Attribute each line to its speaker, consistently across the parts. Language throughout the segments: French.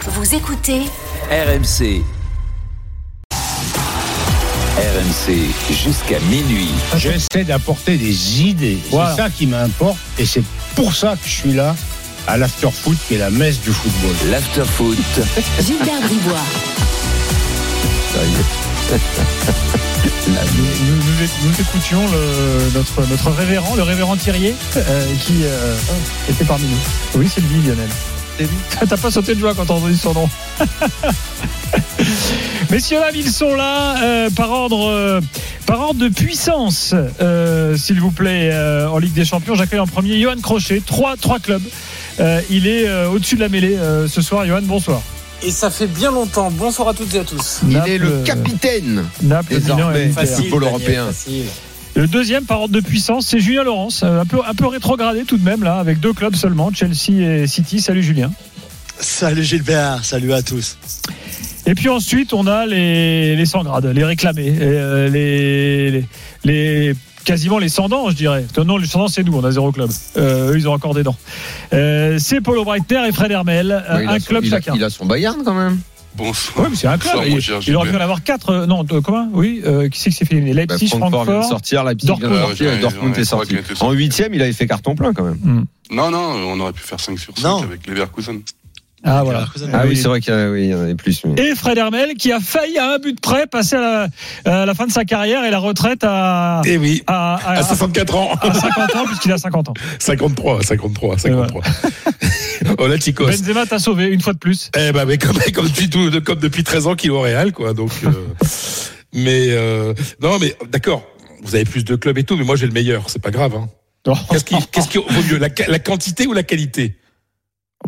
Speaker 1: Vous écoutez
Speaker 2: RMC. RMC jusqu'à minuit.
Speaker 3: J'essaie d'apporter des idées.
Speaker 4: Voilà.
Speaker 3: C'est ça qui m'importe et c'est pour ça que je suis là à l'after foot qui est la messe du football.
Speaker 2: L'afterfoot.
Speaker 1: Gilbert Bribois.
Speaker 5: Nous, nous- nous- nous écoutions le- notre, notre révérend, le révérend Thierrier, euh, qui euh, était parmi nous. Oui, c'est lui, Lionel. T'as pas sauté de joie quand t'as entendu son nom. Messieurs, là, ils sont là euh, par ordre. euh, par ordre de puissance, euh, s'il vous plaît, euh, en Ligue des Champions, j'accueille en premier Johan Crochet, trois, trois clubs. Euh, il est euh, au-dessus de la mêlée euh, ce soir. Johan, bonsoir.
Speaker 6: Et ça fait bien longtemps. Bonsoir à toutes et à tous.
Speaker 5: Naples,
Speaker 7: Il est le capitaine
Speaker 5: euh, Naples,
Speaker 7: désormais.
Speaker 5: Milan et Inter.
Speaker 7: Facile. football
Speaker 6: Daniel,
Speaker 7: européen.
Speaker 6: facile.
Speaker 5: Le deuxième par ordre de puissance, c'est Julien Laurence, euh, un peu, un peu rétrogradé tout de même, là, avec deux clubs seulement, Chelsea et City. Salut Julien.
Speaker 8: Salut Gilbert, salut à tous.
Speaker 5: Et puis ensuite, on a les, les 100 grades, les réclamés, et, euh, les, les, les- quasiment les 100 dents, je dirais. Euh, Non, les 100 dents, c'est nous, on a zéro club. Euh, eux, ils ont encore des dents. Euh, c'est Paulo Breitner et Fred Hermel,
Speaker 7: Bah, il
Speaker 5: Euh, un
Speaker 7: a son-
Speaker 5: club
Speaker 7: il a-
Speaker 5: chacun.
Speaker 7: Il a son Bayern quand même.
Speaker 9: Bonsoir.
Speaker 5: Oui, mais c'est un club.
Speaker 9: Bonsoir,
Speaker 5: Il,
Speaker 9: mon
Speaker 5: il
Speaker 9: cher
Speaker 5: aurait pu en
Speaker 9: Gilbert.
Speaker 5: avoir quatre. euh, non, euh, comment Oui, euh, qui c'est qui s'est fait éliminer
Speaker 4: Bah,
Speaker 5: Leipzig,
Speaker 4: Francfort vient de
Speaker 5: Francfort.
Speaker 4: sortir, Leipzig vient de
Speaker 5: Dortmund.
Speaker 4: sortir et
Speaker 9: Ouais,
Speaker 4: Dortmund
Speaker 9: ouais,
Speaker 4: est
Speaker 9: ouais,
Speaker 4: sorti.
Speaker 9: ouais, ouais.
Speaker 4: En huitième, il avait fait carton plein quand même.
Speaker 5: Hmm.
Speaker 9: Non, non, on aurait pu faire 5 sur 5
Speaker 8: Non.
Speaker 9: avec Leverkusen.
Speaker 5: Ah voilà.
Speaker 4: Ah oui,
Speaker 5: oui.
Speaker 4: c'est vrai qu'il y, en a- oui, il y en avait plus. mais-
Speaker 5: et Fred Hermel qui a failli à un but de près passer à la, à la fin de sa carrière et la retraite à,
Speaker 9: Eh oui,
Speaker 5: à, à-
Speaker 9: à 64 ans.
Speaker 5: à 50 ans puisqu'il a 50 ans.
Speaker 9: 53, 53, 53. oh là, Chicos.
Speaker 5: Benzema t'a sauvé une fois de plus.
Speaker 9: Eh ben, mais comme, comme, depuis, tout- comme depuis 13 ans qu'il est au Real, quoi. Donc, euh, mais euh, non, mais d'accord. Vous avez plus de clubs et tout, mais moi j'ai le meilleur. C'est pas grave. Hein. Qu'est-ce qui, qu'est-ce qui vaut mieux, la, ca- la quantité ou la qualité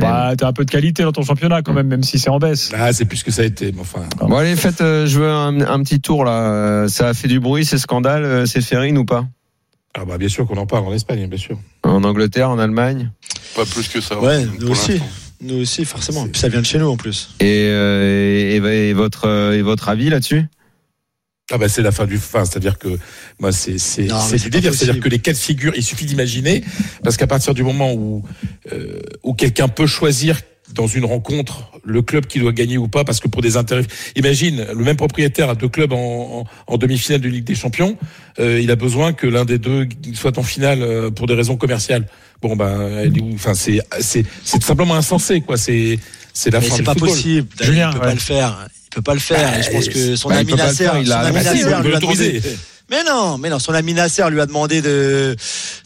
Speaker 5: Bah, t'as un peu de qualité dans ton championnat quand même, même si c'est en baisse.
Speaker 9: Ah, c'est plus ce que ça a été. Mais enfin,
Speaker 4: Bon allez, faites, euh, je veux un, un petit tour là. Euh, Ça a fait du bruit, c'est scandale, euh, c'est Ferrine ou pas
Speaker 9: ah bah bien sûr qu'on en parle en Espagne, bien sûr.
Speaker 4: En Angleterre, en Allemagne
Speaker 9: Pas plus que ça.
Speaker 8: Ouais,
Speaker 9: pour
Speaker 8: nous aussi.
Speaker 9: l'instant.
Speaker 8: Nous aussi, forcément. Puis ça vient de chez nous en plus.
Speaker 4: et, euh, et, et votre euh, et votre avis là-dessus
Speaker 9: Ah bah c'est la fin du fin, c'est-à-dire que moi c'est c'est
Speaker 8: Non, mais
Speaker 9: c'est
Speaker 8: c'est
Speaker 9: du
Speaker 8: pas
Speaker 9: délire, c'est-à-dire
Speaker 8: possible.
Speaker 9: que les cas de figure, il suffit d'imaginer parce qu'à partir du moment où euh, où quelqu'un peut choisir dans une rencontre le club qui doit gagner ou pas parce que pour des intérêts imagine le même propriétaire a deux clubs en, en, en demi-finale de Ligue des Champions, euh, il a besoin que l'un des deux soit en finale euh, pour des raisons commerciales. Bon ben elle est où enfin c'est c'est c'est tout simplement insensé quoi, c'est c'est la
Speaker 8: Mais
Speaker 9: fin
Speaker 8: c'est
Speaker 9: du
Speaker 8: pas
Speaker 9: football.
Speaker 8: possible. Daniel,
Speaker 5: Julien,
Speaker 8: il peut
Speaker 5: ouais.
Speaker 8: pas le faire. Il peut pas le faire. Et je pense que son
Speaker 4: bah, il
Speaker 8: ami
Speaker 4: peut pas le
Speaker 8: Nasser,
Speaker 4: faire, il
Speaker 8: son
Speaker 4: a-
Speaker 8: ami
Speaker 4: bah, si,
Speaker 8: Nasser
Speaker 9: on veut
Speaker 8: lui a
Speaker 9: l'autoriser.
Speaker 8: demandé. Mais non, mais non, son ami Nasser lui a demandé de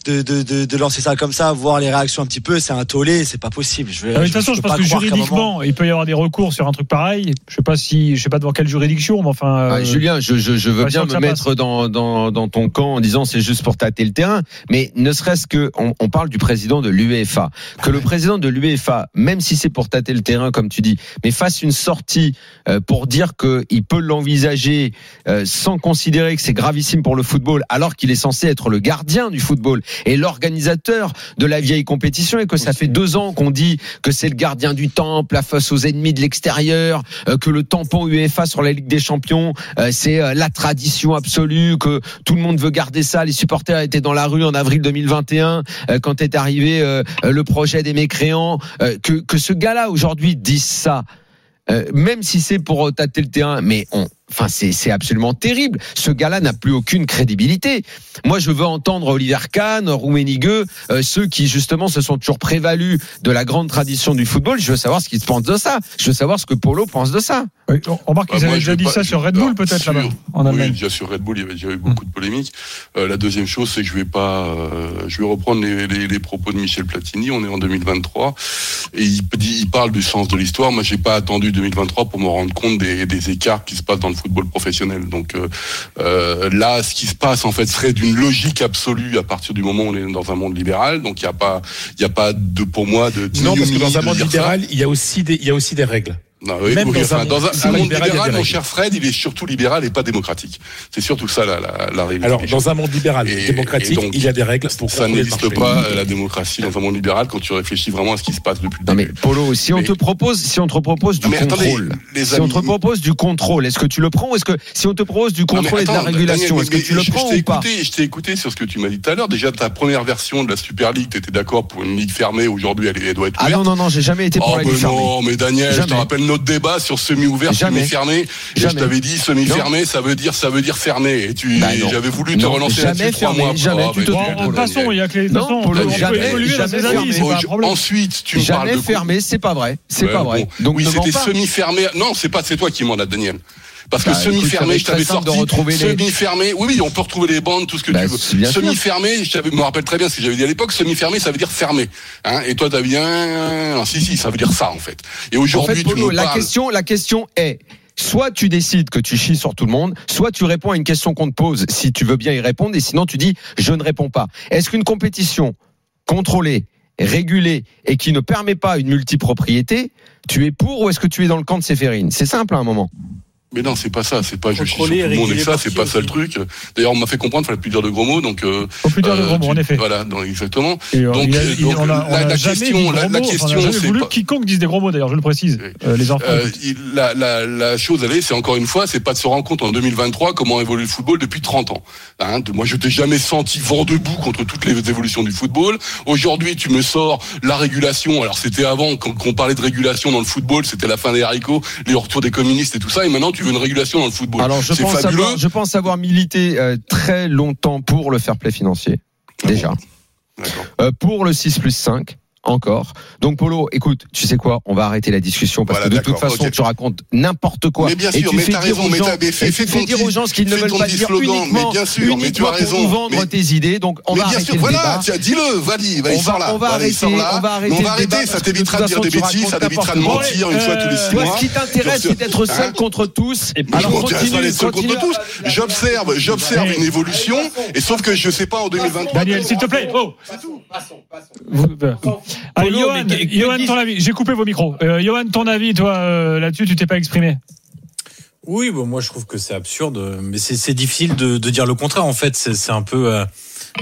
Speaker 8: de, de, de, de lancer ça comme ça, voir les réactions un petit peu. C'est un tollé, c'est pas possible. Je vais.
Speaker 5: Ah, mais De toute façon, je
Speaker 8: peux
Speaker 5: pense
Speaker 8: pas
Speaker 5: que
Speaker 8: croire qu'à un moment-
Speaker 5: juridiquement, il peut y avoir des recours sur un truc pareil. Je sais pas si, je sais pas devant quelle juridiction, mais enfin. euh,
Speaker 4: Ah, Julien, je, je, je veux
Speaker 5: pas sûr
Speaker 4: bien
Speaker 5: que ça
Speaker 4: me mettre dans, dans, dans ton camp en disant c'est juste pour tâter le terrain, mais ne serait-ce que on, on parle du président de l'UEFA, que le président de l'UEFA, même si c'est pour tâter le terrain comme tu dis, mais fasse une sortie euh, pour dire qu'il peut l'envisager euh, sans considérer que c'est gravissime pour le football, alors qu'il est censé être le gardien du football et l'organisateur de la vieille compétition et que ça fait deux ans qu'on dit que c'est le gardien du temple, la face aux ennemis de l'extérieur, euh, que le tampon UEFA sur la Ligue des Champions, euh, c'est euh, la tradition absolue, que tout le monde veut garder ça. Les supporters étaient dans la rue en avril 2021 euh, quand est arrivé euh, euh, le projet des mécréants, euh, que, que ce gars-là aujourd'hui dise ça. euh, même si c'est pour euh, tâter le terrain, mais on, enfin c'est c'est absolument terrible. Ce gars-là n'a plus aucune crédibilité. Moi, je veux entendre Oliver Kahn, Rummenigge, euh, ceux qui justement se sont toujours prévalus de la grande tradition du football. Je veux savoir ce qu'ils pensent de ça. Je veux savoir ce que Polo pense de ça.
Speaker 5: oui, on remarque qu'ils
Speaker 9: Bah, moi,
Speaker 5: avaient
Speaker 9: je
Speaker 5: déjà
Speaker 9: vais
Speaker 5: dit
Speaker 9: pas-
Speaker 5: ça
Speaker 9: je-
Speaker 5: sur Red
Speaker 9: alors,
Speaker 5: Bull peut-être
Speaker 9: sur-
Speaker 5: là-bas, en
Speaker 9: Oui,
Speaker 5: Allemagne.
Speaker 9: déjà sur Red Bull, il y avait déjà eu beaucoup de polémiques. Euh, la deuxième chose, c'est que je vais pas, euh, je vais reprendre les, les- les propos de Michel Platini. On est en 2023 et il, dit- il parle du sens de l'histoire. Moi, j'ai pas attendu 2023 pour me rendre compte des, des écarts qui se passent dans le football professionnel. Donc euh, euh, là, ce qui se passe en fait serait d'une logique absolue à partir du moment où on est dans un monde libéral. Donc il y a pas, il y a pas de pour moi de
Speaker 3: Non, parce que
Speaker 9: d'ignominie
Speaker 3: dans un
Speaker 9: de
Speaker 3: monde
Speaker 9: dire ça.
Speaker 3: libéral, il y a aussi des il y a aussi des règles.
Speaker 9: Non, oui,
Speaker 8: Même
Speaker 9: oui,
Speaker 8: dans
Speaker 9: enfin,
Speaker 8: un
Speaker 9: dans
Speaker 8: monde-
Speaker 9: un,
Speaker 8: si
Speaker 9: un
Speaker 8: on est
Speaker 9: monde
Speaker 8: libéral, il y a
Speaker 9: libéral,
Speaker 8: des
Speaker 9: mon
Speaker 8: règles.
Speaker 9: cher Fred, il est surtout libéral et pas démocratique. C'est surtout ça la, la, la réalité.
Speaker 8: Alors,
Speaker 9: des choses.
Speaker 8: dans un monde libéral,
Speaker 9: Et- et
Speaker 8: démocratique,
Speaker 9: donc,
Speaker 8: il y a des règles pour
Speaker 9: ça
Speaker 8: contrôler le
Speaker 9: n'existe
Speaker 8: marché.
Speaker 9: pas euh, la démocratie dans un monde libéral quand tu réfléchis vraiment à ce qui se passe depuis le
Speaker 4: Non mais
Speaker 9: début.
Speaker 4: Polo, si on
Speaker 9: Mais-
Speaker 4: te propose, si on te propose du
Speaker 9: Non, mais attendez,
Speaker 4: contrôle,
Speaker 9: les
Speaker 4: si on te
Speaker 9: amis-
Speaker 4: propose du contrôle, est-ce que tu le prends ou est-ce que si on te propose du
Speaker 9: Non, mais
Speaker 4: contrôle et de la
Speaker 9: attends, Daniel,
Speaker 4: régulation,
Speaker 9: mais-
Speaker 4: est-ce que
Speaker 9: mais
Speaker 4: tu le
Speaker 9: je- je
Speaker 4: prends
Speaker 9: t'ai
Speaker 4: ou pas
Speaker 9: écouté, Je t'ai écouté sur ce que tu m'as dit tout à l'heure. Déjà, ta première version de la Super League, t'étais d'accord pour une ligue fermée. Aujourd'hui, elle, elle doit être
Speaker 4: Ah
Speaker 9: ouverte.
Speaker 4: non non non, j'ai jamais été pour
Speaker 9: Oh
Speaker 4: la
Speaker 9: ben
Speaker 4: Ligue fermée.
Speaker 9: non, mais Daniel, je te
Speaker 4: Jamais.
Speaker 9: rappelle notre débat sur semi-ouvert,
Speaker 4: Jamais.
Speaker 9: semi-fermé. Et je
Speaker 4: Jamais.
Speaker 9: t'avais dit semi-fermé, ça veut dire ça veut dire fermé. Et tu,
Speaker 4: Bah non.
Speaker 9: j'avais voulu te
Speaker 4: Non,
Speaker 9: relancer
Speaker 4: jamais
Speaker 9: là-dessus trois
Speaker 4: fermé,
Speaker 9: mois.
Speaker 4: jamais,
Speaker 9: Ah,
Speaker 4: tu
Speaker 9: ben
Speaker 4: te
Speaker 9: non,
Speaker 4: trompes.
Speaker 5: Bon, de toute
Speaker 9: Daniel.
Speaker 5: façon, il y a que les. De toute
Speaker 4: Non,
Speaker 5: façon,
Speaker 4: Polo,
Speaker 5: on peut
Speaker 4: jamais,
Speaker 5: évoluer à
Speaker 4: jamais
Speaker 5: ses amis,
Speaker 4: fermé.
Speaker 5: c'est pas un problème.
Speaker 9: Ensuite, tu me parles
Speaker 4: Jamais
Speaker 9: de
Speaker 4: fermé, c'est pas vrai, c'est
Speaker 9: Ouais,
Speaker 4: pas vrai.
Speaker 9: bon.
Speaker 4: Donc
Speaker 9: oui,
Speaker 4: ne mens
Speaker 9: c'était
Speaker 4: pas.
Speaker 9: semi-fermé. Non, c'est pas, c'est toi qui m'en as, Daniel. Parce que
Speaker 4: Bah, écoute, ça va
Speaker 9: semi-fermé,
Speaker 4: être
Speaker 9: je t'avais
Speaker 4: très simple
Speaker 9: sorti.
Speaker 4: de retrouver les-
Speaker 9: Semi-fermé, oui, oui, on peut retrouver les bandes, tout ce que
Speaker 4: Bah,
Speaker 9: tu veux.
Speaker 4: c'est bien sûr.
Speaker 9: Semi-fermé, je t'avais- je me rappelle très bien ce que j'avais dit à l'époque. Semi-fermé, ça veut dire fermé. Hein, et toi, t'as bien, non, si, si, ça veut dire ça, en fait. Et
Speaker 4: En
Speaker 9: aujourd'hui,
Speaker 4: fait,
Speaker 9: tu
Speaker 4: Polo,
Speaker 9: me
Speaker 4: la
Speaker 9: parles.
Speaker 4: question, la question est. Soit tu décides que tu chies sur tout le monde, soit tu réponds à une question qu'on te pose si tu veux bien y répondre, et sinon tu dis je ne réponds pas. Est-ce qu'une compétition contrôlée, régulée et qui ne permet pas une multipropriété, tu es pour ou est-ce que tu es dans le camp de Séphérine C'est simple à un moment.
Speaker 9: Mais non, c'est pas ça, c'est pas je suis sur tout
Speaker 6: Contrôler et
Speaker 9: le monde et
Speaker 6: réguler
Speaker 9: ça,
Speaker 6: par
Speaker 9: c'est
Speaker 6: qui
Speaker 9: pas ça le
Speaker 6: aussi
Speaker 9: truc. D'ailleurs, on m'a fait comprendre, fallait plus dire de gros mots, donc, euh,
Speaker 5: Faut plus dire de
Speaker 9: euh,
Speaker 5: gros mots, en
Speaker 9: tu-
Speaker 5: effet.
Speaker 9: Voilà, donc, exactement.
Speaker 5: Et, euh,
Speaker 9: donc,
Speaker 5: il y a-
Speaker 9: euh,
Speaker 5: il-
Speaker 9: donc,
Speaker 5: on a- on
Speaker 9: la-
Speaker 5: a
Speaker 9: la
Speaker 5: jamais
Speaker 9: question,
Speaker 5: dit de gros
Speaker 9: la- la
Speaker 5: mots, enfin,
Speaker 9: question,
Speaker 5: on a jamais
Speaker 9: c'est
Speaker 5: voulu
Speaker 9: pas-
Speaker 5: que quiconque dise des gros mots d'ailleurs, je le précise.
Speaker 9: Oui.
Speaker 5: Euh, les enfants.
Speaker 4: Ah,
Speaker 9: Euh, il- la, la, la chose, elle est, c'est encore une fois, c'est pas de se rendre compte en 2023 comment évolue le football depuis 30 ans. Hein, de- moi, je t'ai jamais senti vent debout contre toutes les évolutions du football. Aujourd'hui, tu me sors la régulation. Alors, c'était avant, quand, quand on parlait de régulation dans le football, c'était la fin des haricots, les retours des communistes et tout ça. Et maintenant, tu veux une régulation dans le football.
Speaker 4: Alors je
Speaker 9: c'est
Speaker 4: pense,
Speaker 9: fabuleux.
Speaker 4: avoir, je pense avoir milité euh, très longtemps pour le fair play financier,
Speaker 9: Ah
Speaker 4: déjà.
Speaker 9: bon, d'accord.
Speaker 4: Euh, pour le 6 plus 5. Encore. Donc Polo, écoute, tu sais quoi On va arrêter la discussion parce
Speaker 9: Voilà,
Speaker 4: que de toute
Speaker 9: d'accord,
Speaker 4: façon,
Speaker 9: ok.
Speaker 4: tu racontes n'importe quoi.
Speaker 9: Mais bien
Speaker 4: et
Speaker 9: sûr,
Speaker 4: tu
Speaker 9: mais
Speaker 4: fais
Speaker 9: t'as
Speaker 4: dire
Speaker 9: raison,
Speaker 4: aux
Speaker 9: mais
Speaker 4: gens-
Speaker 9: t'as- mais fais-
Speaker 4: et
Speaker 9: fais
Speaker 4: tu
Speaker 9: ton
Speaker 4: fais dire
Speaker 9: petit-
Speaker 4: aux gens ce qu'ils ne
Speaker 9: fais
Speaker 4: veulent
Speaker 9: ton
Speaker 4: pas
Speaker 9: petit
Speaker 4: dire
Speaker 9: slogan,
Speaker 4: uniquement,
Speaker 9: mais bien sûr, mais tu
Speaker 4: uniquement
Speaker 9: as raison,
Speaker 4: pour nous vendre
Speaker 9: mais-
Speaker 4: tes idées. Donc on
Speaker 9: mais
Speaker 4: va
Speaker 9: bien
Speaker 4: arrêter
Speaker 9: sûr,
Speaker 4: le
Speaker 9: voilà,
Speaker 4: débat.
Speaker 9: tiens, dis-le, vas-y, va,
Speaker 4: On
Speaker 9: il sort
Speaker 4: va-
Speaker 9: là.
Speaker 4: on va
Speaker 9: Voilà, il sort
Speaker 4: arrêter-
Speaker 9: là.
Speaker 4: on va arrêter
Speaker 9: Mais on
Speaker 4: le
Speaker 9: va
Speaker 4: débat parce
Speaker 9: arrêter, ça
Speaker 4: que
Speaker 9: t'évitera
Speaker 4: de
Speaker 9: de
Speaker 4: toute
Speaker 9: dire des
Speaker 4: façon, tu
Speaker 9: bêtises, ça
Speaker 4: racontes
Speaker 9: t'évitera de
Speaker 4: n'importe
Speaker 9: mentir
Speaker 5: quoi.
Speaker 9: une fois tous les six
Speaker 4: Toi,
Speaker 9: mois.
Speaker 4: ce qui t'intéresse,
Speaker 9: Sur ce-
Speaker 4: c'est d'être seul
Speaker 9: Hein
Speaker 4: contre tous.
Speaker 5: Et puis,
Speaker 9: Mais
Speaker 4: Alors
Speaker 9: bon, tiens, ça
Speaker 4: continue,
Speaker 9: laisse le compte de
Speaker 4: continue.
Speaker 9: tous. J'observe, j'observe une évolution, et sauf que je sais pas
Speaker 8: Ah.
Speaker 9: en 2023.
Speaker 5: Daniel, s'il te plaît. Oh. Vous- euh, Allez,
Speaker 7: Polo,
Speaker 5: Johan,
Speaker 7: mais que- que
Speaker 5: Johan,
Speaker 7: disent-
Speaker 5: ton avis. J'ai coupé vos micros. Euh, Johan, ton avis, toi, euh, là-dessus, tu t'es pas exprimé.
Speaker 6: Oui, bon, moi je trouve que c'est absurde, euh, mais c'est c'est difficile de, de dire le contraire. En fait, c'est c'est un peu, euh,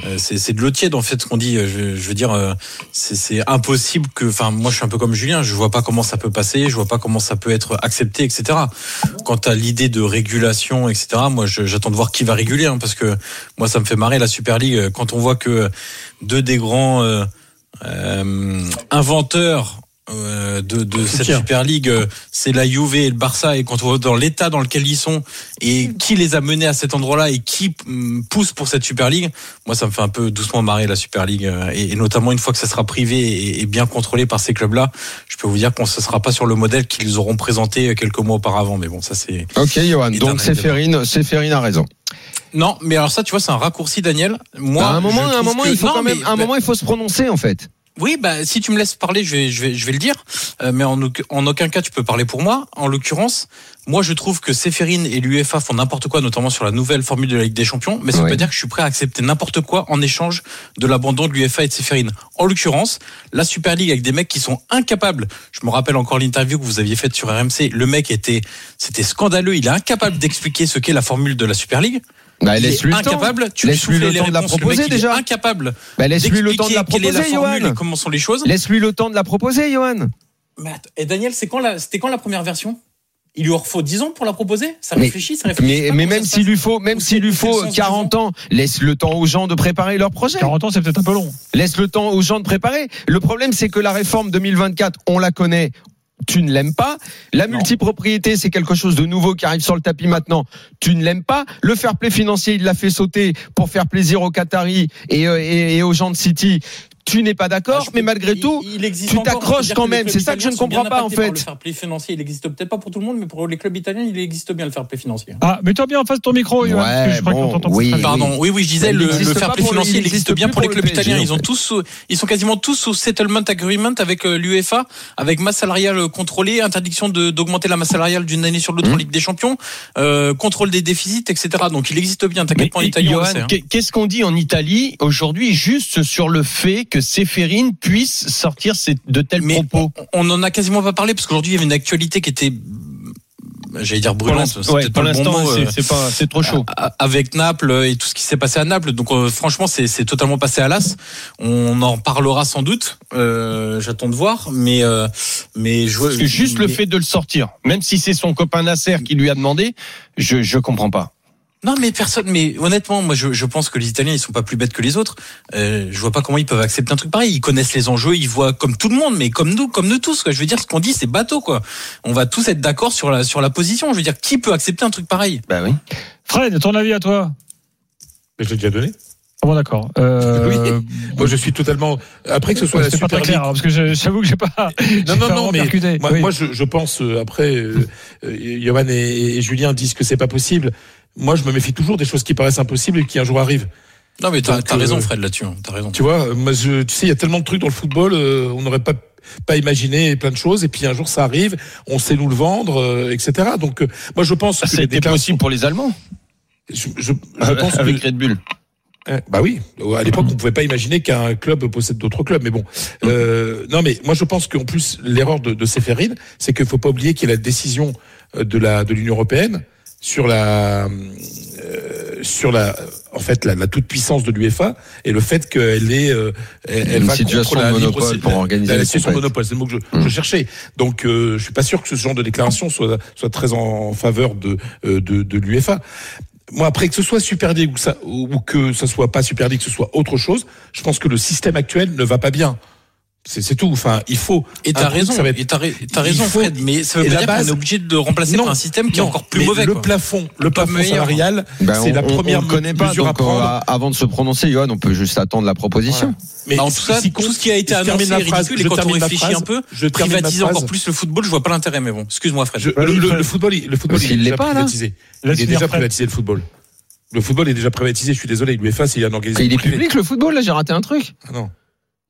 Speaker 6: euh, c'est c'est de l'eau tiède en fait ce qu'on dit. Euh, Je, je veux dire, euh, c'est c'est impossible que. Enfin, moi je suis un peu comme Julien. Je vois pas comment ça peut passer. Je vois pas comment ça peut être accepté, etc. Quant à l'idée de régulation, etc. Moi, je- j'attends de voir qui va réguler, hein, parce que moi ça me fait marrer la Super League euh, quand on voit que deux des grands euh, euh, inventeurs euh, de, de cette Super League, euh, c'est la Juve et le Barça, et quand on voit dans l'état dans lequel ils sont, et qui les a menés à cet endroit-là, et qui hum, pousse pour cette Super League, moi ça me fait un peu doucement marrer la Super League, euh, et, et notamment une fois que ça sera privé et, et bien contrôlé par ces clubs-là, je peux vous dire qu'on ne sera pas sur le modèle qu'ils auront présenté quelques mois auparavant, mais bon, ça c'est...
Speaker 4: Ok, Johan.
Speaker 6: Et
Speaker 4: Donc
Speaker 6: t'as raison.
Speaker 4: Séphérine, Séphérine a raison.
Speaker 6: Non, mais alors ça, tu vois, c'est un raccourci, Daniel. Moi,
Speaker 4: à un moment,
Speaker 6: je
Speaker 4: à un
Speaker 6: trouve
Speaker 4: moment,
Speaker 6: que-
Speaker 4: il faut
Speaker 6: Non,
Speaker 4: quand même,
Speaker 6: mais-
Speaker 4: à un moment, il faut se prononcer en fait.
Speaker 6: Oui, bah si tu me laisses parler, je vais, je vais, je vais le dire. Euh, mais en, auc- en aucun cas, tu peux parler pour moi. En l'occurrence, moi, je trouve que Séphérine et l'UEFA font n'importe quoi, notamment sur la nouvelle formule de la Ligue des Champions. Mais ça
Speaker 4: Oui.
Speaker 6: veut pas dire que je suis prêt à accepter n'importe quoi en échange de l'abandon de l'UEFA et de Séphérine. En l'occurrence, la Super League avec des mecs qui sont incapables. Je me rappelle encore l'interview que vous aviez faite sur RMC. Le mec était, c'était scandaleux. Il est incapable d'expliquer ce qu'est la formule de la Super League.
Speaker 4: Bah,
Speaker 6: Il est
Speaker 4: laisse-lui le temps.
Speaker 6: incapable. Tu lui
Speaker 4: Laisse-lui
Speaker 6: souffles
Speaker 4: le
Speaker 6: les
Speaker 4: temps de la
Speaker 6: réponses. Le mec,
Speaker 4: proposer
Speaker 6: il est
Speaker 4: déjà.
Speaker 6: Incapable.
Speaker 4: Bah, laisse-lui le temps de la
Speaker 6: d'expliquer quelle est la
Speaker 4: proposer,
Speaker 6: formule
Speaker 4: Johan.
Speaker 6: et comment sont les choses.
Speaker 4: Laisse-lui le temps de la proposer, Johan.
Speaker 6: Mais attends, et Daniel, c'est quand la, c'était quand la première version Il lui en faut 10 ans pour la proposer Ça
Speaker 4: Mais-
Speaker 6: réfléchit, ça réfléchit.
Speaker 4: Mais,
Speaker 6: pas
Speaker 4: mais
Speaker 6: comment
Speaker 4: même
Speaker 6: ça se
Speaker 4: s'il
Speaker 6: passe
Speaker 4: lui faut, même
Speaker 6: Où
Speaker 4: s'il lui
Speaker 6: c'est- où c'est
Speaker 4: faut
Speaker 6: le sens
Speaker 4: 40 ans, laisse le temps aux gens de préparer leur projet.
Speaker 5: 40 ans, c'est peut-être un peu long.
Speaker 4: Laisse le temps aux gens de préparer. Le problème, c'est que la réforme 2024, on la connaît. Tu ne l'aimes pas. La multipropriété, c'est quelque chose de nouveau qui arrive sur le tapis maintenant. Tu ne l'aimes pas. Le fair play financier, il l'a fait sauter pour faire plaisir aux Qataris et, euh, et- et aux gens de City. Tu n'es pas d'accord,
Speaker 6: Ah, je-
Speaker 4: mais malgré
Speaker 6: il-
Speaker 4: tout,
Speaker 6: il existe
Speaker 4: tu
Speaker 6: encore,
Speaker 4: t'accroches
Speaker 6: c'est-à-dire
Speaker 4: quand
Speaker 6: les
Speaker 4: même.
Speaker 6: clubs
Speaker 4: C'est ça que je
Speaker 6: italiens
Speaker 4: ne
Speaker 6: sont
Speaker 4: comprends
Speaker 6: bien
Speaker 4: pas, en
Speaker 6: impactés par
Speaker 4: fait.
Speaker 6: Le fair play financier, il existe peut-être pas pour tout le monde, mais pour les clubs italiens, il existe bien le fair play financier.
Speaker 5: Ah, mets-toi bien en face de ton micro, Johan,
Speaker 4: Ouais,
Speaker 5: parce que je crois
Speaker 4: bon,
Speaker 5: qu'on t'entend pas
Speaker 4: oui.
Speaker 5: très bien.
Speaker 6: Pardon, oui, oui, je disais,
Speaker 4: Il
Speaker 6: le,
Speaker 4: n'existe
Speaker 6: le fair
Speaker 4: pas
Speaker 6: play
Speaker 4: pour le-
Speaker 6: financier,
Speaker 4: il
Speaker 6: il existe
Speaker 4: n'existe
Speaker 6: bien
Speaker 4: plus
Speaker 6: pour les
Speaker 4: pour le
Speaker 6: clubs
Speaker 4: PSG,
Speaker 6: italiens. Ils,
Speaker 4: en
Speaker 6: ont
Speaker 4: fait.
Speaker 6: tous, sous- ils sont quasiment tous sous settlement agreement avec euh, l'UEFA, avec masse salariale contrôlée, interdiction de- d'augmenter la masse salariale d'une année sur l'autre
Speaker 4: Mmh.
Speaker 6: en Ligue des Champions, euh, contrôle des déficits, etc. Donc il existe bien, t'inquiète pas, en Italie, on le
Speaker 7: Johan,
Speaker 6: sait, hein.
Speaker 7: qu'est- qu'est-ce qu'on dit en Italie aujourd'hui juste sur le fait
Speaker 4: que Séphérine puisse sortir ces- de tels
Speaker 6: Mais
Speaker 4: propos.
Speaker 6: On n'en a quasiment pas parlé parce qu'aujourd'hui il y avait une actualité qui était, j'allais dire
Speaker 4: Pour
Speaker 6: brûlante.
Speaker 4: l'inst-
Speaker 6: c'est
Speaker 4: ouais,
Speaker 6: peut-être
Speaker 4: pour
Speaker 6: pas le bon
Speaker 4: l'instant,
Speaker 6: mot, euh,
Speaker 4: c'est- c'est pas- c'est trop chaud.
Speaker 6: a- avec Naples et tout ce qui s'est passé à Naples. Donc euh, franchement, c'est c'est totalement passé à l'as. On en parlera sans doute. Euh, J'attends de voir, mais euh, mais je
Speaker 4: Parce que juste le
Speaker 6: mais-
Speaker 4: fait de le sortir, même si c'est son copain Nasser qui lui a demandé, je je comprends pas.
Speaker 6: Non, mais personne. Mais honnêtement, moi, je, je pense que les Italiens, ils sont pas plus bêtes que les autres. Euh, je vois pas comment ils peuvent accepter un truc pareil. Ils connaissent les enjeux, ils voient comme tout le monde, mais comme nous, comme nous tous. Quoi. Je veux dire, ce qu'on dit, c'est bateau, quoi. On va tous être d'accord sur la sur la position. Je veux dire, qui peut accepter un truc pareil
Speaker 4: Bah oui.
Speaker 5: Fred, ton avis à toi
Speaker 8: Mais je l'ai déjà donné.
Speaker 5: Ah bon, d'accord. Euh,
Speaker 8: Moi, je suis totalement. Après que ce soit la
Speaker 5: C'était pas
Speaker 8: Super
Speaker 5: très
Speaker 8: League.
Speaker 5: clair, hein, parce que je- j'avoue que j'ai pas.
Speaker 8: Non,
Speaker 5: j'ai
Speaker 8: non,
Speaker 5: pas
Speaker 8: non,
Speaker 5: vraiment
Speaker 8: mais
Speaker 5: percuté.
Speaker 8: moi,
Speaker 5: Oui.
Speaker 8: moi, je, je pense, euh, après, euh, euh, Johan et, et Julien disent que c'est pas possible. Moi, je me méfie toujours des choses qui paraissent impossibles et qui un jour arrivent.
Speaker 6: Non, mais t'as
Speaker 8: Donc,
Speaker 6: t'as raison,
Speaker 8: euh,
Speaker 6: Fred, là-dessus. hein. T'as raison.
Speaker 8: Tu vois, euh, moi, je- tu sais, il y a tellement de trucs dans le football, euh, on n'aurait pas pas imaginé plein de choses et puis un jour ça arrive, on sait nous le vendre, euh, etc. Donc, euh, moi, je pense. que les
Speaker 4: C'était
Speaker 8: déclarations-
Speaker 4: possible pour les Allemands
Speaker 8: Je, je- je pense
Speaker 4: avec
Speaker 8: que-
Speaker 4: Red Bull.
Speaker 8: Euh, Bah oui, à l'époque on pouvait pas imaginer qu'un club possède d'autres clubs, mais bon. Euh, non mais moi je pense qu'en plus l'erreur de, de Seferin, c'est qu'il faut pas oublier qu'il y a la décision euh, de la de l'Union européenne sur la euh, sur la en fait la, toute puissance de l'UEFA et le fait qu'elle est euh, elle, elle
Speaker 4: Une
Speaker 8: va
Speaker 4: situation
Speaker 8: contre
Speaker 4: de
Speaker 8: la libre-
Speaker 4: monopole pour
Speaker 8: la-
Speaker 4: organiser
Speaker 8: la,
Speaker 4: les
Speaker 8: situation de
Speaker 4: compètes.
Speaker 8: monopole, c'est le mot que
Speaker 4: Hmm.
Speaker 8: je, je cherchais. Donc euh, je suis pas sûr que ce genre de déclaration soit soit très en faveur de euh, de, de l'UEFA. Moi, après, que ce soit Super League ou, ça, ou que ça soit pas Super League, que ce soit autre chose, je pense que le système actuel ne va pas bien. C'est c'est tout. Enfin, il faut.
Speaker 6: Et
Speaker 8: un
Speaker 6: t'as
Speaker 8: truc,
Speaker 6: raison.
Speaker 8: ça va être-
Speaker 6: Et t'as ra- t'as
Speaker 8: il
Speaker 6: raison,
Speaker 8: faut-
Speaker 6: Fred. Mais ça veut
Speaker 8: et
Speaker 6: pas
Speaker 8: la
Speaker 6: dire
Speaker 8: base-
Speaker 6: qu'on est obligé de le remplacer
Speaker 8: Non,
Speaker 6: par un système qui est
Speaker 8: non,
Speaker 6: encore plus
Speaker 8: mais
Speaker 6: mauvais.
Speaker 8: Le
Speaker 6: quoi.
Speaker 8: plafond, le
Speaker 6: Pas
Speaker 8: plafond
Speaker 6: meilleur.
Speaker 8: salarial,
Speaker 4: Ben,
Speaker 8: c'est
Speaker 4: on-
Speaker 8: la
Speaker 4: on-
Speaker 8: première
Speaker 4: on le connaît pas,
Speaker 8: mesure à
Speaker 4: donc on
Speaker 8: prendre.
Speaker 4: va- avant de se prononcer, Johan, on peut juste attendre la proposition.
Speaker 8: Mais
Speaker 6: Bah, en tout cas,
Speaker 8: si-
Speaker 6: tout ce qui a été
Speaker 8: je termine
Speaker 6: annoncé
Speaker 8: la
Speaker 6: est
Speaker 8: phrase,
Speaker 6: ridicule.
Speaker 8: je
Speaker 6: Et quand on
Speaker 8: termine ma
Speaker 6: réfléchit
Speaker 8: phrase,
Speaker 6: un peu,
Speaker 8: je termine ma
Speaker 6: privatiser encore
Speaker 8: phrase.
Speaker 6: plus le football, je vois pas l'intérêt. Mais bon, excuse-moi, Fred.
Speaker 8: Je- le, le- le football, il- le football,
Speaker 4: Parce
Speaker 8: il,
Speaker 4: qu'il
Speaker 8: est
Speaker 4: l'est
Speaker 8: déjà
Speaker 4: pas, là.
Speaker 8: privatisé. Il
Speaker 5: Laisse
Speaker 8: est
Speaker 5: finir
Speaker 8: déjà
Speaker 5: Fred.
Speaker 8: privatisé le football. Le football est déjà privatisé. Je suis désolé. L'UEFA, c'est un organisme
Speaker 4: Ah, Il est
Speaker 8: privé.
Speaker 4: public le football là, j'ai raté un truc.
Speaker 8: Ah non.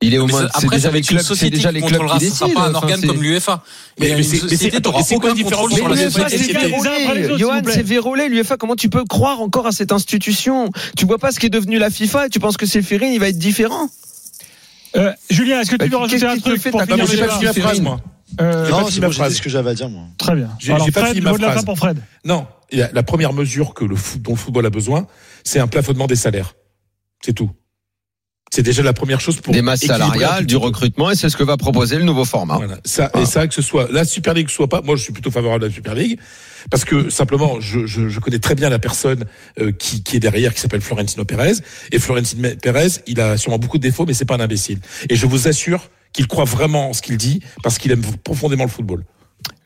Speaker 4: Il est au
Speaker 6: Mais
Speaker 4: moins
Speaker 6: ça-
Speaker 4: c'est
Speaker 6: après,
Speaker 4: déjà
Speaker 6: ça va
Speaker 4: les
Speaker 6: être une
Speaker 4: clubs, c'est
Speaker 6: société
Speaker 4: déjà
Speaker 6: qui
Speaker 4: les clubs
Speaker 6: contrôlera,
Speaker 4: qui
Speaker 6: ce sera
Speaker 4: décident.
Speaker 6: pas un
Speaker 4: enfin,
Speaker 6: organe
Speaker 4: c'est-
Speaker 6: comme l'UEFA.
Speaker 8: Mais-
Speaker 6: Mais,
Speaker 8: mais
Speaker 6: une
Speaker 8: c'est- mais c'est-
Speaker 6: société,
Speaker 8: attends,
Speaker 6: t'auras
Speaker 8: mais c'est quoi
Speaker 6: aucun
Speaker 8: la différence
Speaker 5: entre
Speaker 6: contrôle sur la
Speaker 5: l'UEFA et
Speaker 6: société.
Speaker 5: les
Speaker 6: qui était-
Speaker 5: Verts les uns après les autres, s'il
Speaker 4: Johan,
Speaker 5: vous plaît.
Speaker 4: c'est vérolé. L'UEFA, comment tu peux croire encore à cette institution Tu vois pas ce qui est devenu la FIFA et tu penses que Séphérine, il va être différent
Speaker 5: Euh, Julien, est-ce que tu
Speaker 4: Bah,
Speaker 5: veux rajouter
Speaker 4: qu'est-ce
Speaker 5: un
Speaker 4: qui te
Speaker 5: truc
Speaker 4: fait
Speaker 5: pour
Speaker 4: ta-
Speaker 5: finir
Speaker 8: Non,
Speaker 4: Non,
Speaker 8: mais j'ai
Speaker 5: le
Speaker 8: pas
Speaker 5: débat
Speaker 8: fini la phrase, moi.
Speaker 5: Euh,
Speaker 8: pas
Speaker 10: Non,
Speaker 8: fini
Speaker 10: c'est
Speaker 8: ma
Speaker 10: bon, j'ai
Speaker 8: phrase.
Speaker 10: dit ce que j'avais à dire, moi.
Speaker 5: Très bien.
Speaker 8: J'ai-
Speaker 5: Alors,
Speaker 8: j'ai pas
Speaker 5: Fred,
Speaker 8: fini
Speaker 5: le
Speaker 8: ma
Speaker 5: mot de la fin
Speaker 8: phrase.
Speaker 5: pour Fred.
Speaker 8: Non, il y a- la première mesure que le foot, dont le football a besoin, c'est un plafonnement des salaires. C'est tout. C'est déjà la première chose pour
Speaker 4: Des masses
Speaker 8: équilibrer un
Speaker 4: salariales,
Speaker 8: petit
Speaker 4: du Ah.
Speaker 8: peu.
Speaker 4: recrutement, et c'est ce que va proposer le nouveau format.
Speaker 8: Voilà. Ça, Et ça, que ce soit la Super League, soit pas, moi je suis plutôt favorable à la Super League, parce que simplement, je, je, je connais très bien la personne euh, qui, qui est derrière, qui s'appelle Florentino Pérez, et Florentino Pérez, il a sûrement beaucoup de défauts, mais c'est pas un imbécile. Et je vous assure qu'il croit vraiment en ce qu'il dit, parce qu'il aime profondément le football.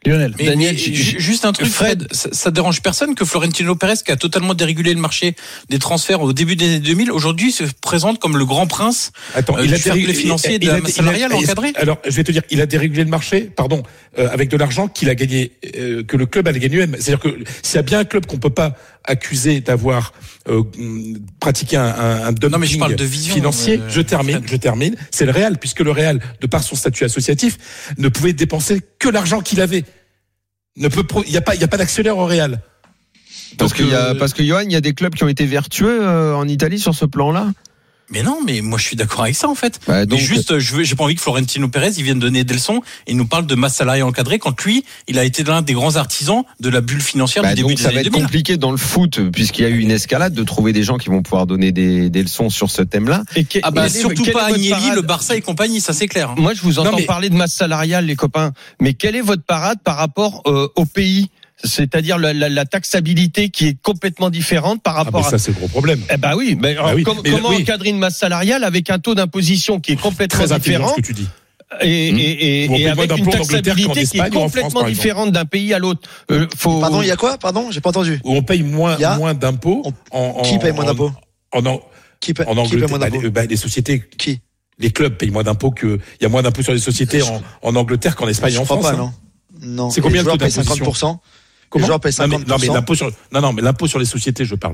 Speaker 5: Lionel.
Speaker 6: Mais-
Speaker 4: Daniel,
Speaker 6: mais
Speaker 4: j'ai-
Speaker 6: ju- juste un truc, Fred, ça, ça dérange personne que Florentino Pérez, qui a totalement dérégulé le marché des transferts au début des années 2000, aujourd'hui se présente comme le grand prince.
Speaker 8: Attends,
Speaker 6: Euh,
Speaker 8: il a
Speaker 6: du fair play
Speaker 8: dérégulé-
Speaker 6: financier et de la masse salariale encadrée
Speaker 8: Alors, je vais te dire, il a dérégulé le marché, pardon, euh, avec de l'argent qu'il a gagné, euh, que le club a gagné lui-même. C'est-à-dire que s'il y a bien un club qu'on peut pas accuser d'avoir euh, mm, pratiqué un, un, un dumping
Speaker 6: Non, mais je parle de vision,
Speaker 8: financier,
Speaker 6: euh,
Speaker 8: je termine, je termine, c'est le Real, puisque le Real, de par son statut associatif, ne pouvait dépenser que l'argent qu'il avait. Ne peut, pro- il n'y a pas, il y a pas d'actionnaire au Real.
Speaker 4: Parce
Speaker 8: Donc,
Speaker 4: que, y a-
Speaker 8: euh,
Speaker 4: parce que Johan, il y a des clubs qui ont été vertueux euh, en Italie sur ce plan-là.
Speaker 6: Mais non, mais moi je suis d'accord avec ça en fait.
Speaker 4: Bah,
Speaker 6: Mais
Speaker 4: donc,
Speaker 6: juste, euh, je veux- j'ai pas envie que Florentino Pérez, il vienne donner des leçons et nous parle de masse salariale encadrée quand lui, il a été l'un des grands artisans de la bulle financière
Speaker 4: bah,
Speaker 6: du début
Speaker 4: donc
Speaker 6: des
Speaker 4: ça va
Speaker 6: années
Speaker 4: être
Speaker 6: 2000.
Speaker 4: compliqué dans le foot, puisqu'il y a eu une escalade, de trouver des gens qui vont pouvoir donner des, des leçons sur ce thème-là.
Speaker 6: Ah bah
Speaker 4: Quelle est-
Speaker 6: surtout
Speaker 4: quelle
Speaker 6: pas
Speaker 4: est votre
Speaker 6: Agnelli,
Speaker 4: parade
Speaker 6: le Barça et compagnie, ça c'est clair. hein.
Speaker 11: Moi, je vous
Speaker 8: Non,
Speaker 11: entends
Speaker 8: mais-
Speaker 11: parler de masse salariale, les copains. Mais quelle est votre parade par rapport euh, au pays C'est-à-dire la, la- la taxabilité qui est complètement différente par
Speaker 8: Ah, mais
Speaker 11: rapport
Speaker 8: ça,
Speaker 11: à.
Speaker 8: c'est le gros problème. Ah
Speaker 11: Eh ben oui, mais, alors,
Speaker 8: oui,
Speaker 11: com-
Speaker 8: mais-
Speaker 11: comment
Speaker 8: oui.
Speaker 11: encadrer une masse salariale avec un taux d'imposition qui est complètement
Speaker 8: Très intelligent
Speaker 11: différent
Speaker 8: ce que tu dis. Hmm.
Speaker 11: et, et- et-
Speaker 8: Vous
Speaker 11: et
Speaker 8: payez moins
Speaker 11: avec une
Speaker 8: d'impôts en Angleterre qu'en
Speaker 11: taxabilité qui
Speaker 8: Espagne
Speaker 11: est
Speaker 8: ou en France,
Speaker 11: complètement
Speaker 8: par exemple.
Speaker 11: différente d'un pays à l'autre Euh, faut-
Speaker 10: Pardon, il y a quoi Pardon, j'ai pas entendu.
Speaker 8: Où on paye moins,
Speaker 10: Il y a-
Speaker 8: moins d'impôts. en- en-
Speaker 10: Qui paye moins d'impôts
Speaker 8: en, en,
Speaker 10: Qui paie
Speaker 8: En
Speaker 10: qui paie
Speaker 8: Angleterre,
Speaker 10: moins
Speaker 8: bah,
Speaker 10: d'impôts
Speaker 8: les, bah, les sociétés,
Speaker 10: Qui
Speaker 8: les clubs payent moins d'impôts que. Il y a moins d'impôts sur les sociétés en, en Angleterre qu'en Espagne et
Speaker 10: Je
Speaker 8: en
Speaker 10: crois
Speaker 8: France.
Speaker 10: pas,
Speaker 8: hein.
Speaker 10: non. Non.
Speaker 8: C'est combien
Speaker 10: Les
Speaker 8: le
Speaker 10: joueurs
Speaker 8: taux
Speaker 10: payent
Speaker 8: d'imposition
Speaker 10: 50%
Speaker 8: Comment
Speaker 10: Les joueurs payent
Speaker 8: Non, mais- Non, mais,
Speaker 10: 50%.
Speaker 8: l'impôt sur, non, non, mais l'impôt sur les sociétés, je parle.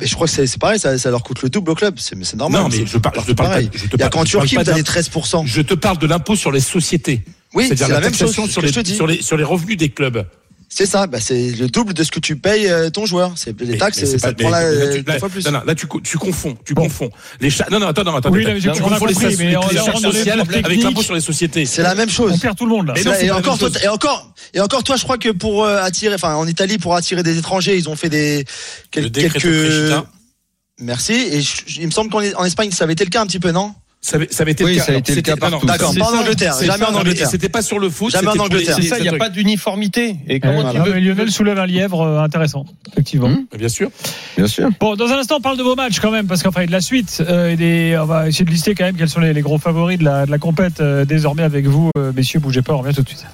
Speaker 10: Mais je crois que c'est c'est pareil, ça, ça leur coûte le double au club. C'est mais c'est normal.
Speaker 8: non, mais
Speaker 10: c'est
Speaker 8: je, par- je te parle
Speaker 10: pareil.
Speaker 8: pas. Je te
Speaker 10: Il y a qu'en
Speaker 8: parle- je parle
Speaker 10: Turquie,
Speaker 8: pas
Speaker 10: vous avez
Speaker 8: d'un-
Speaker 10: 13%.
Speaker 8: Je te parle de l'impôt sur les sociétés.
Speaker 10: Oui, c'est
Speaker 8: C'est-à-dire
Speaker 10: la
Speaker 8: la
Speaker 10: même chose.
Speaker 8: taxation
Speaker 10: Sur
Speaker 8: sur les,
Speaker 10: je te dis.
Speaker 8: sur, les, sur les revenus des clubs. C'est ça, bah, c'est le double de ce que tu payes euh, ton joueur. C'est les
Speaker 3: Mais-
Speaker 8: taxes,
Speaker 3: mais c'est
Speaker 8: ça
Speaker 3: pas-
Speaker 8: te prend
Speaker 3: mais-
Speaker 8: la,
Speaker 3: là, tu-
Speaker 8: deux
Speaker 3: là-
Speaker 8: fois plus.
Speaker 3: non, non, là, tu, co- tu confonds, tu confonds. Les cha- non, non, attends, non, attends.
Speaker 5: Oui,
Speaker 3: attends,
Speaker 5: là,
Speaker 3: tu
Speaker 5: j'ai- on a
Speaker 3: confonds les
Speaker 5: compris,
Speaker 3: charges-
Speaker 5: mais
Speaker 3: les
Speaker 5: on-
Speaker 3: charges
Speaker 5: on rentre dans les
Speaker 3: sociales
Speaker 5: plans
Speaker 3: avec l'impôt
Speaker 5: techniques.
Speaker 3: sur les sociétés.
Speaker 8: C'est la même chose.
Speaker 5: On perd tout le monde là.
Speaker 8: C'est
Speaker 3: non,
Speaker 8: la-
Speaker 3: c'est
Speaker 8: et
Speaker 3: pas la
Speaker 8: encore,
Speaker 3: même
Speaker 8: toi, et encore, et encore, toi, je crois que pour euh, attirer, enfin, en Italie, pour attirer des étrangers, ils ont fait des quel-
Speaker 12: Le décret
Speaker 8: quelques. Merci. Et je- je- il me semble qu'en en Espagne, ça avait été le cas un petit peu, non
Speaker 3: Ça avait, ça avait été
Speaker 6: Oui,
Speaker 3: le cas.
Speaker 6: ça a été le
Speaker 3: c'était-
Speaker 6: cas
Speaker 3: non, non,
Speaker 6: partout.
Speaker 8: D'accord,
Speaker 3: c'est
Speaker 8: pas en
Speaker 3: ça,
Speaker 8: Angleterre,
Speaker 3: c'est
Speaker 8: jamais
Speaker 3: ça,
Speaker 8: en
Speaker 3: non, mais
Speaker 8: Angleterre.
Speaker 3: C'était pas sur le foot.
Speaker 8: Jamais en
Speaker 3: c'était pour les-
Speaker 8: Angleterre.
Speaker 3: c'est
Speaker 4: C'est ça, il n'y a
Speaker 3: le
Speaker 4: pas
Speaker 3: truc.
Speaker 4: d'uniformité. Et
Speaker 5: Eh,
Speaker 4: comment
Speaker 5: voilà.
Speaker 4: tu
Speaker 5: Non,
Speaker 4: veux
Speaker 5: mais Lionel soulève un lièvre euh, intéressant, effectivement.
Speaker 6: Hum.
Speaker 3: Bien sûr.
Speaker 6: Bien sûr.
Speaker 5: Bon, dans un instant, on parle de vos matchs quand même, parce qu'après de la suite, euh, et des- on va essayer de lister quand même quels sont les, les gros favoris de la, de la compète euh, désormais avec vous, euh, messieurs. Bougez pas, on revient tout de suite.